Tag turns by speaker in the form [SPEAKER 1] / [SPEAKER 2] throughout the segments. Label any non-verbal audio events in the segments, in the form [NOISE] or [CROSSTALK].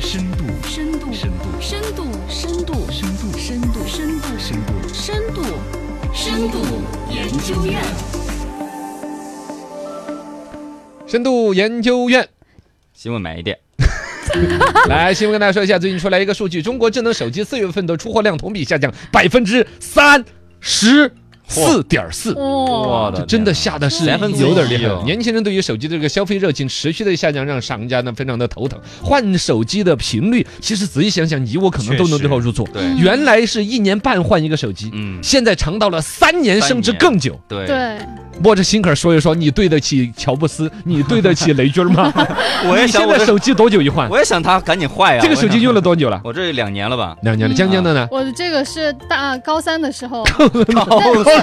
[SPEAKER 1] 深度，
[SPEAKER 2] 深度，
[SPEAKER 1] 深度，
[SPEAKER 2] 深度，深度，
[SPEAKER 1] 深度，
[SPEAKER 2] 深度，深度，
[SPEAKER 1] 深度，
[SPEAKER 2] 深度，深度研究院。
[SPEAKER 3] 深度研究院。
[SPEAKER 4] 新闻买一点，啊
[SPEAKER 3] 来，新闻跟大家说一下，最近出来一个数据，中国智能手机四月份的出货量同比下降百分之三十四点四。
[SPEAKER 4] 我
[SPEAKER 2] 哇，
[SPEAKER 3] 这
[SPEAKER 4] 的
[SPEAKER 3] 真的
[SPEAKER 4] 天
[SPEAKER 3] 下的是
[SPEAKER 4] 三分之一
[SPEAKER 3] 有点厉害了
[SPEAKER 4] 哦。
[SPEAKER 3] 年轻人对于手机的这个消费热情持续的下降，让商家呢非常的头疼。换手机的频率，其实仔细想想，你我可能都
[SPEAKER 4] 确
[SPEAKER 3] 能
[SPEAKER 4] 实
[SPEAKER 3] 对号入座。
[SPEAKER 4] 对
[SPEAKER 3] 原来是一年半换一个手机，
[SPEAKER 4] 嗯
[SPEAKER 3] 现在长到了三年
[SPEAKER 4] 三
[SPEAKER 3] 甚至
[SPEAKER 4] 年
[SPEAKER 3] 更久。
[SPEAKER 4] 对
[SPEAKER 2] 对，
[SPEAKER 3] 摸着心坎儿说一说，你对得起乔布斯？你对得起雷军吗？
[SPEAKER 4] [LAUGHS] 我也
[SPEAKER 3] 你
[SPEAKER 4] 想
[SPEAKER 3] 现
[SPEAKER 4] 我
[SPEAKER 3] 在
[SPEAKER 4] 的，
[SPEAKER 3] 手机多久一换？
[SPEAKER 4] 我也想它赶紧坏呀。
[SPEAKER 3] 这个手机用了
[SPEAKER 4] 了，
[SPEAKER 3] 多久了？
[SPEAKER 4] 我这两年了吧？
[SPEAKER 3] 两年了。
[SPEAKER 2] 嗯
[SPEAKER 3] 江江的呢？
[SPEAKER 5] 我的这个是大高三的时候，
[SPEAKER 4] 哦，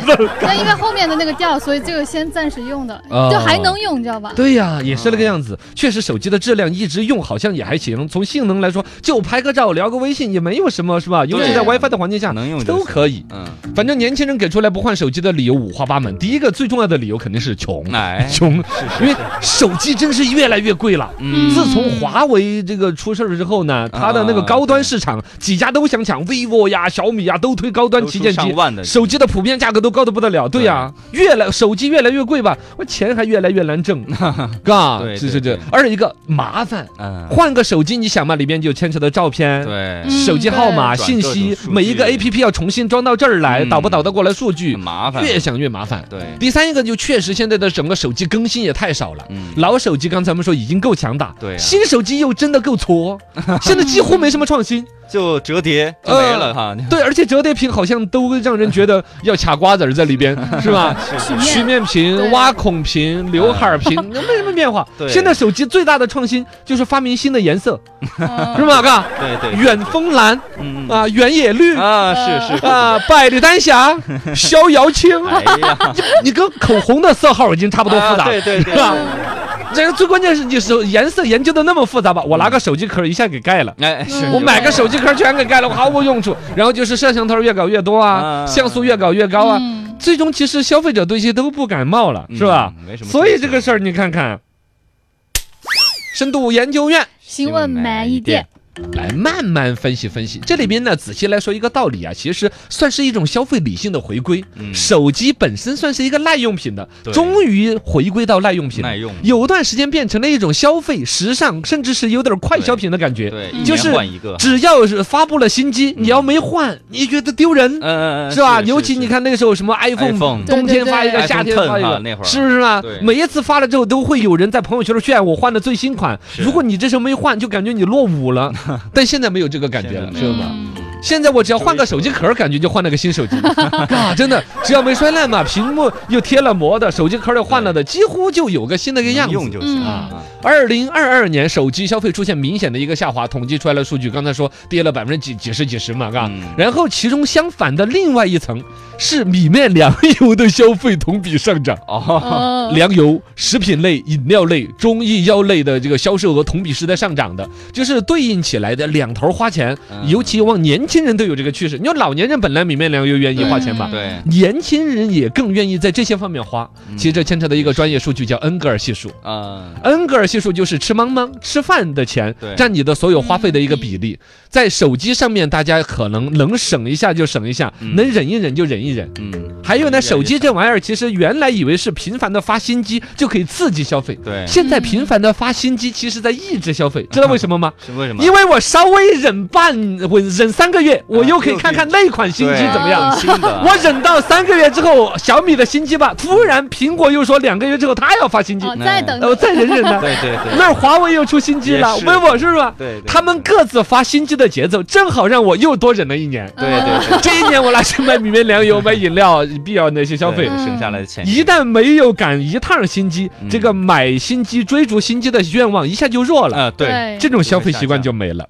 [SPEAKER 5] 但因为后面的那个掉，所以这个先暂时用的
[SPEAKER 3] 哦，
[SPEAKER 5] 就还能用，你知道吧？
[SPEAKER 3] 对呀，也是那个样子。确实，手机的质量一直用好像也还行。从性能来说，就拍个照、聊个微信也没有什么，是吧？尤其在 WiFi 的环境下，
[SPEAKER 4] 能用就
[SPEAKER 3] 都
[SPEAKER 4] 行
[SPEAKER 3] 可以。
[SPEAKER 4] 嗯，
[SPEAKER 3] 反正年轻人给出来不换手机的理由五花八门。第一个最重要的理由肯定是穷， [LAUGHS]
[SPEAKER 4] 哎，
[SPEAKER 3] 穷，因为手机真是越来越贵了。
[SPEAKER 4] 嗯
[SPEAKER 3] 自从华为这个出事儿之后呢，它的那个高端市场几家都想抢，vivo 呀、小米呀都推高端
[SPEAKER 4] 都
[SPEAKER 3] 旗
[SPEAKER 4] 出
[SPEAKER 3] 舰
[SPEAKER 4] 上
[SPEAKER 3] 机，
[SPEAKER 4] 万的
[SPEAKER 3] 手机的普遍价格都高的不得了。对呀、越来手机越来越贵吧，我钱还越来越难挣，嘎，
[SPEAKER 4] [LAUGHS] 对
[SPEAKER 3] 是是
[SPEAKER 4] 对
[SPEAKER 3] 是
[SPEAKER 4] 对。
[SPEAKER 3] 二一个麻烦，
[SPEAKER 4] 嗯，
[SPEAKER 3] 换个手机，你想嘛，里面就牵扯到照片。
[SPEAKER 4] 对，
[SPEAKER 5] 嗯
[SPEAKER 3] 手机号码、
[SPEAKER 4] 对
[SPEAKER 3] 信
[SPEAKER 4] 转各
[SPEAKER 3] 息
[SPEAKER 4] 种数，据
[SPEAKER 3] 每一个 A P P 要重新装到这儿来，
[SPEAKER 4] 嗯
[SPEAKER 3] 导不导得过来数据
[SPEAKER 4] 很，麻烦，
[SPEAKER 3] 越想越麻烦。
[SPEAKER 4] 对，
[SPEAKER 3] 第三一个就确实现在的整个手机更新也太少了。
[SPEAKER 4] 嗯，
[SPEAKER 3] 老手机刚才我们说已经够强大，
[SPEAKER 4] 对啊
[SPEAKER 3] 新手机又真的够
[SPEAKER 4] [LAUGHS]
[SPEAKER 3] 挫，现在几乎没什么创新。
[SPEAKER 4] 就折叠就没了哈，
[SPEAKER 3] [LAUGHS] 对，而且折叠屏好像都让人觉得要卡瓜子儿在里
[SPEAKER 4] [LAUGHS]
[SPEAKER 3] 边，是吧？曲面屏、
[SPEAKER 5] 对
[SPEAKER 3] 挖孔屏、刘海儿屏，那没什么变化。
[SPEAKER 4] 对
[SPEAKER 3] 现在手机最大的创新就是发明新的颜色，
[SPEAKER 5] 嗯
[SPEAKER 3] 是吧？嘎，
[SPEAKER 4] 对对，
[SPEAKER 3] 远峰蓝
[SPEAKER 4] 嗯
[SPEAKER 3] 哎啊，原野绿
[SPEAKER 4] 啊，是是，
[SPEAKER 3] 啊，百里丹霞、逍遥青，
[SPEAKER 4] 哎呀，
[SPEAKER 3] 你跟口红的色号已经差 [LAUGHS] 不多复杂
[SPEAKER 4] 啊
[SPEAKER 3] 了
[SPEAKER 4] 对。对对
[SPEAKER 3] 是， [LAUGHS] 吧？这个最关键是你手颜色研究的那么复杂吧？我拿个手机壳一下给盖了。
[SPEAKER 4] 哎，是
[SPEAKER 3] 我买个手机壳全给盖了，我毫无用处。然后就是摄像头越搞越多啊，
[SPEAKER 4] 啊
[SPEAKER 3] 像素越搞越高啊，
[SPEAKER 5] 嗯
[SPEAKER 3] 最终其实消费者对这些都不感冒了，是吧？？
[SPEAKER 4] 嗯没什么，啊
[SPEAKER 3] 所以这个事儿你看看，深度研究院
[SPEAKER 5] 询问买一点，
[SPEAKER 3] 来慢慢分析分析。这里边呢，仔细来说一个道理啊，其实算是一种消费理性的回归。
[SPEAKER 4] 嗯，
[SPEAKER 3] 手机本身算是一个耐用品的，
[SPEAKER 4] 对
[SPEAKER 3] 终于回归到耐用品了
[SPEAKER 4] 耐用，
[SPEAKER 3] 有段时间变成了一种消费、时尚，甚至是有点快消品的感觉。
[SPEAKER 4] 对，
[SPEAKER 3] 就是
[SPEAKER 4] 换一个，
[SPEAKER 3] 只要是发布了新机，
[SPEAKER 4] 嗯
[SPEAKER 3] 你要没换，你觉得丢人。
[SPEAKER 4] 嗯嗯，
[SPEAKER 3] 是吧？尤其你，看那个时候，什么 iPhone，
[SPEAKER 4] iPhone
[SPEAKER 3] 冬天发一个，
[SPEAKER 4] 对对对
[SPEAKER 3] 夏天发一
[SPEAKER 4] iPhone 10
[SPEAKER 3] 个
[SPEAKER 4] 啊，那会儿
[SPEAKER 3] 是不是啊
[SPEAKER 4] 对？
[SPEAKER 3] 每一次发了之后，都会有人在朋友圈里炫我换了最新款。
[SPEAKER 4] 是
[SPEAKER 3] 如果你这时候没换，就感觉你落伍
[SPEAKER 4] [LAUGHS]
[SPEAKER 3] 了。但现在没有这个感觉了，
[SPEAKER 4] 现在
[SPEAKER 3] 知
[SPEAKER 4] 没
[SPEAKER 3] 道
[SPEAKER 4] 有
[SPEAKER 3] 吗？
[SPEAKER 5] 嗯
[SPEAKER 3] 现在我只要换个手机壳儿，感觉就换了个新
[SPEAKER 4] [LAUGHS]
[SPEAKER 3] 手机， [LAUGHS] 啊，真的，只要没摔烂嘛，屏幕又贴了膜的，手机壳儿又换了的，几乎就有个新的一个样
[SPEAKER 4] 能用
[SPEAKER 3] 子。
[SPEAKER 4] 就行
[SPEAKER 5] 嗯
[SPEAKER 4] 啊，
[SPEAKER 3] 二零二二年手机消费出现明显的一个下滑，统计出来了数据，刚才说跌了百分之几几十几十嘛，嘎、
[SPEAKER 4] 嗯
[SPEAKER 3] 然后其中相反的另外一层是米面粮油的消费同比上涨。
[SPEAKER 4] 哦，
[SPEAKER 5] 哦
[SPEAKER 3] 粮油、食品类、饮料类、中医药类的这个销售额同比是在上涨的，就是对应起来的两头花钱，
[SPEAKER 4] 嗯
[SPEAKER 3] 尤其往年轻人都有这个趋势。你说老年人本来米面粮油愿意花钱吧，
[SPEAKER 4] 嗯对，
[SPEAKER 3] 年轻人也更愿意在这些方面花。其实这牵扯到一个专业数据叫恩格尔系数，
[SPEAKER 4] 嗯，
[SPEAKER 3] 恩格尔系数就是吃芒芒吃饭的钱
[SPEAKER 4] 对
[SPEAKER 3] 占你的所有花费的一个比例。在手机上面，大家可能能省一下就省一下，
[SPEAKER 4] 嗯
[SPEAKER 3] 能忍一忍就忍一忍。
[SPEAKER 4] 嗯，
[SPEAKER 3] 还有呢，手机
[SPEAKER 4] 这。
[SPEAKER 3] 这玩意儿，其实原来以为是频繁的发新机就可以刺激消费，
[SPEAKER 4] 对，嗯
[SPEAKER 3] 现在频繁的发新机其实在抑制消费，知道为什么
[SPEAKER 4] [LAUGHS]
[SPEAKER 3] 吗？
[SPEAKER 4] 是为什么？
[SPEAKER 3] 因为我稍微忍半，我忍三个月，我又可以看看那款新机
[SPEAKER 4] 对
[SPEAKER 3] 怎么样。
[SPEAKER 4] 更新的，
[SPEAKER 3] [LAUGHS] 我忍到三个月之后，小米的新机吧，突然苹果又说两个月之后它要发新机，
[SPEAKER 5] 哦，再等
[SPEAKER 3] 呃，我再忍忍呢。
[SPEAKER 4] 对对对
[SPEAKER 3] 那儿华为又出新机了，
[SPEAKER 4] 也是
[SPEAKER 3] 问我是吧？
[SPEAKER 4] 对，对
[SPEAKER 3] 他们各自发新机的节奏，正好让我又多忍了一
[SPEAKER 4] [LAUGHS]
[SPEAKER 3] 年。
[SPEAKER 4] 对对对
[SPEAKER 3] 这一年我拿去买米面粮油、买饮料、必要那些消费。
[SPEAKER 4] 嗯对省下来的钱
[SPEAKER 3] 一旦没有赶一趟新机，
[SPEAKER 4] 嗯
[SPEAKER 3] 这个买新机、追逐新机的愿望一下就弱了，
[SPEAKER 4] 啊，对，
[SPEAKER 5] 对
[SPEAKER 3] 这种消费习惯就没了。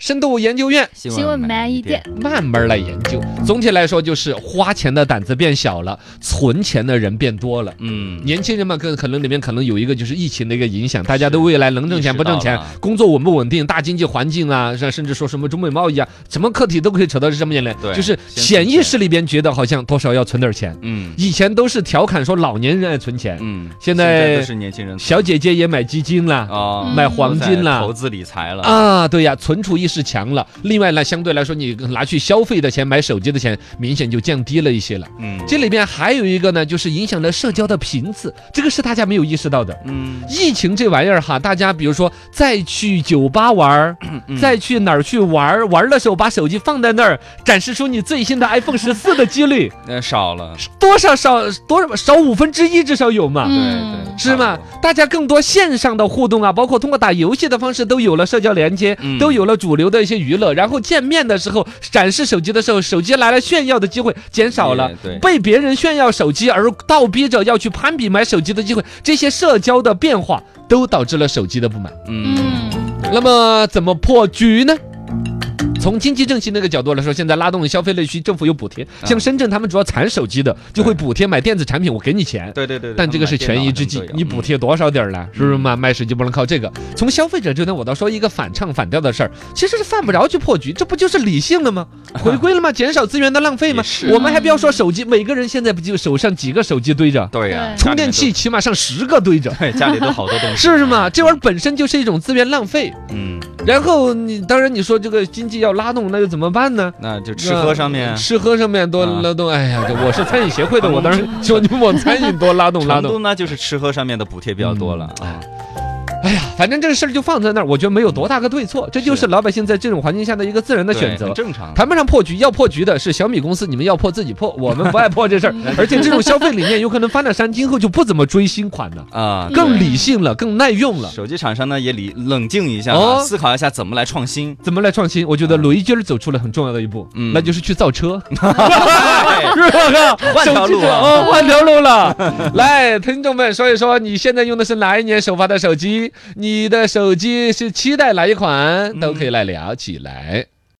[SPEAKER 3] 深度研究院
[SPEAKER 4] 新
[SPEAKER 5] 新闻慢一点，
[SPEAKER 3] 慢慢来研究。总体来说，就是花钱的胆子变小了，存钱的人变多了。
[SPEAKER 4] 嗯，
[SPEAKER 3] 年轻人嘛，可可能里面可能有一个就是疫情的一个影响，大家对未来能挣钱不挣
[SPEAKER 4] 意识
[SPEAKER 3] 钱
[SPEAKER 4] 到了，
[SPEAKER 3] 工作稳不稳定，大经济环境啊，甚甚至说什么中美贸易啊，什么课题都可以扯到这上面来。
[SPEAKER 4] 对
[SPEAKER 3] 就是
[SPEAKER 4] 先存
[SPEAKER 3] 潜意
[SPEAKER 4] 钱
[SPEAKER 3] 识里边觉得好像多少要存点钱。
[SPEAKER 4] 嗯
[SPEAKER 3] 以前都是调侃说老年人爱存钱，
[SPEAKER 4] 嗯，
[SPEAKER 3] 现在
[SPEAKER 4] 都是年轻人
[SPEAKER 3] 小姐姐也买基金啦，
[SPEAKER 4] 啊，
[SPEAKER 3] 买黄金
[SPEAKER 4] 了，
[SPEAKER 3] 啦
[SPEAKER 4] 投。资理财了，
[SPEAKER 3] 啊，对呀，存储意识强了。另外呢，相对来说，你拿去消费的钱、买手机的钱，明显就降低了一些了。
[SPEAKER 4] 嗯
[SPEAKER 3] 这里边还有一个呢，就是影响了社交的频次，这个是大家没有意识到的。
[SPEAKER 4] 嗯
[SPEAKER 3] 疫情这玩意儿哈，大家比如说再去酒吧玩儿，
[SPEAKER 4] 嗯
[SPEAKER 3] 再去哪儿去玩儿，玩儿的时候把手机放在那儿，展示出你最新的 iPhone 十四的几率，
[SPEAKER 4] 呃少了，
[SPEAKER 3] 多少少多少少五分之一至少有嘛。
[SPEAKER 4] 对
[SPEAKER 5] 嗯
[SPEAKER 4] 对，
[SPEAKER 3] 是吗
[SPEAKER 4] 少了？
[SPEAKER 3] 大家更多线上的互动啊，包括通过打游戏的方式，都有了社交连接，
[SPEAKER 4] 嗯
[SPEAKER 3] 都有了主流的一些娱乐。然后见面的时候，展示手机的时候，手机拿来炫耀的机会减少了
[SPEAKER 4] 也。对，
[SPEAKER 3] 被别人炫耀手机而倒逼着要去攀比买手机的机会，这些社交的变化都导致了手机的不满。
[SPEAKER 4] 嗯
[SPEAKER 5] 嗯，
[SPEAKER 3] 那么怎么破局呢？从经济振兴那个角度来说，现在拉动了消费内需，政府有补贴。像深圳他们主要产手机的，就会补贴买电子产品，我给你钱。
[SPEAKER 4] 对对对，对
[SPEAKER 3] 但这个是权宜之计，你
[SPEAKER 4] 嗯
[SPEAKER 3] 补，贴多少点儿呢？是不是嘛？卖手机不能靠这个。从消费者这端，我倒说一个反唱反调的事儿，其实是犯不着去破局，这不就是理性了吗？回归
[SPEAKER 4] [LAUGHS]
[SPEAKER 3] 了吗？减少资源的浪费吗
[SPEAKER 4] 也？是
[SPEAKER 3] 我们还不要说手机，每个人现在不就手上几个手机堆着，
[SPEAKER 4] 他们买电脑很重要嗯对呀，
[SPEAKER 5] 对
[SPEAKER 3] 充电器起码上十个堆着，
[SPEAKER 4] 家 [LAUGHS] 里都，对，家里都好多 [LAUGHS] 东西，
[SPEAKER 3] 是不是嘛？这玩意儿本身就是一种资源浪费。
[SPEAKER 4] 嗯，
[SPEAKER 3] 然后你当然你说这个经济要拉动，那又怎么办呢？
[SPEAKER 4] 那就吃喝上面，
[SPEAKER 3] 吃喝上面多
[SPEAKER 4] 啊
[SPEAKER 3] 拉动，哎呀，这我是餐饮协会的，我当然希望你们往餐饮多拉动拉
[SPEAKER 4] [LAUGHS] 成
[SPEAKER 3] 动
[SPEAKER 4] 都。呢就是吃喝上面的补贴比较多了啊，
[SPEAKER 3] 哎呀，反正这个事儿就放在那儿，我觉得没有多大个对错，这就是
[SPEAKER 4] 是
[SPEAKER 3] 老百姓在这种环境下的一个自然的
[SPEAKER 4] 对
[SPEAKER 3] 选择
[SPEAKER 4] 很。正常，
[SPEAKER 3] 谈不上破局，要破局的是小米公司，你们要破自己破，我们不爱破
[SPEAKER 4] [LAUGHS]
[SPEAKER 3] 这事儿
[SPEAKER 5] 嗯。
[SPEAKER 3] 而且这种消费理念有可能翻了山，今后就不怎么追新款了，
[SPEAKER 4] 啊，
[SPEAKER 3] 更
[SPEAKER 4] 对
[SPEAKER 3] 理性了，更耐用了。
[SPEAKER 4] 手机厂商呢也理冷静一下啊，
[SPEAKER 3] 哦
[SPEAKER 4] 思考一下怎么来创新。
[SPEAKER 3] 怎么来创新？我觉得鲁一军走出了很重要的一步，
[SPEAKER 4] 嗯
[SPEAKER 3] 那就是去造车，
[SPEAKER 4] 哎
[SPEAKER 3] 是吧？
[SPEAKER 4] 换条
[SPEAKER 3] 手
[SPEAKER 4] 路啊
[SPEAKER 3] 机车哦，
[SPEAKER 4] [LAUGHS]
[SPEAKER 3] 换条路了。来，听众们说一说，你现在用的是哪一年首发
[SPEAKER 4] 嗯
[SPEAKER 3] 的手机？你的手机是期待哪一款？都可以来聊起来。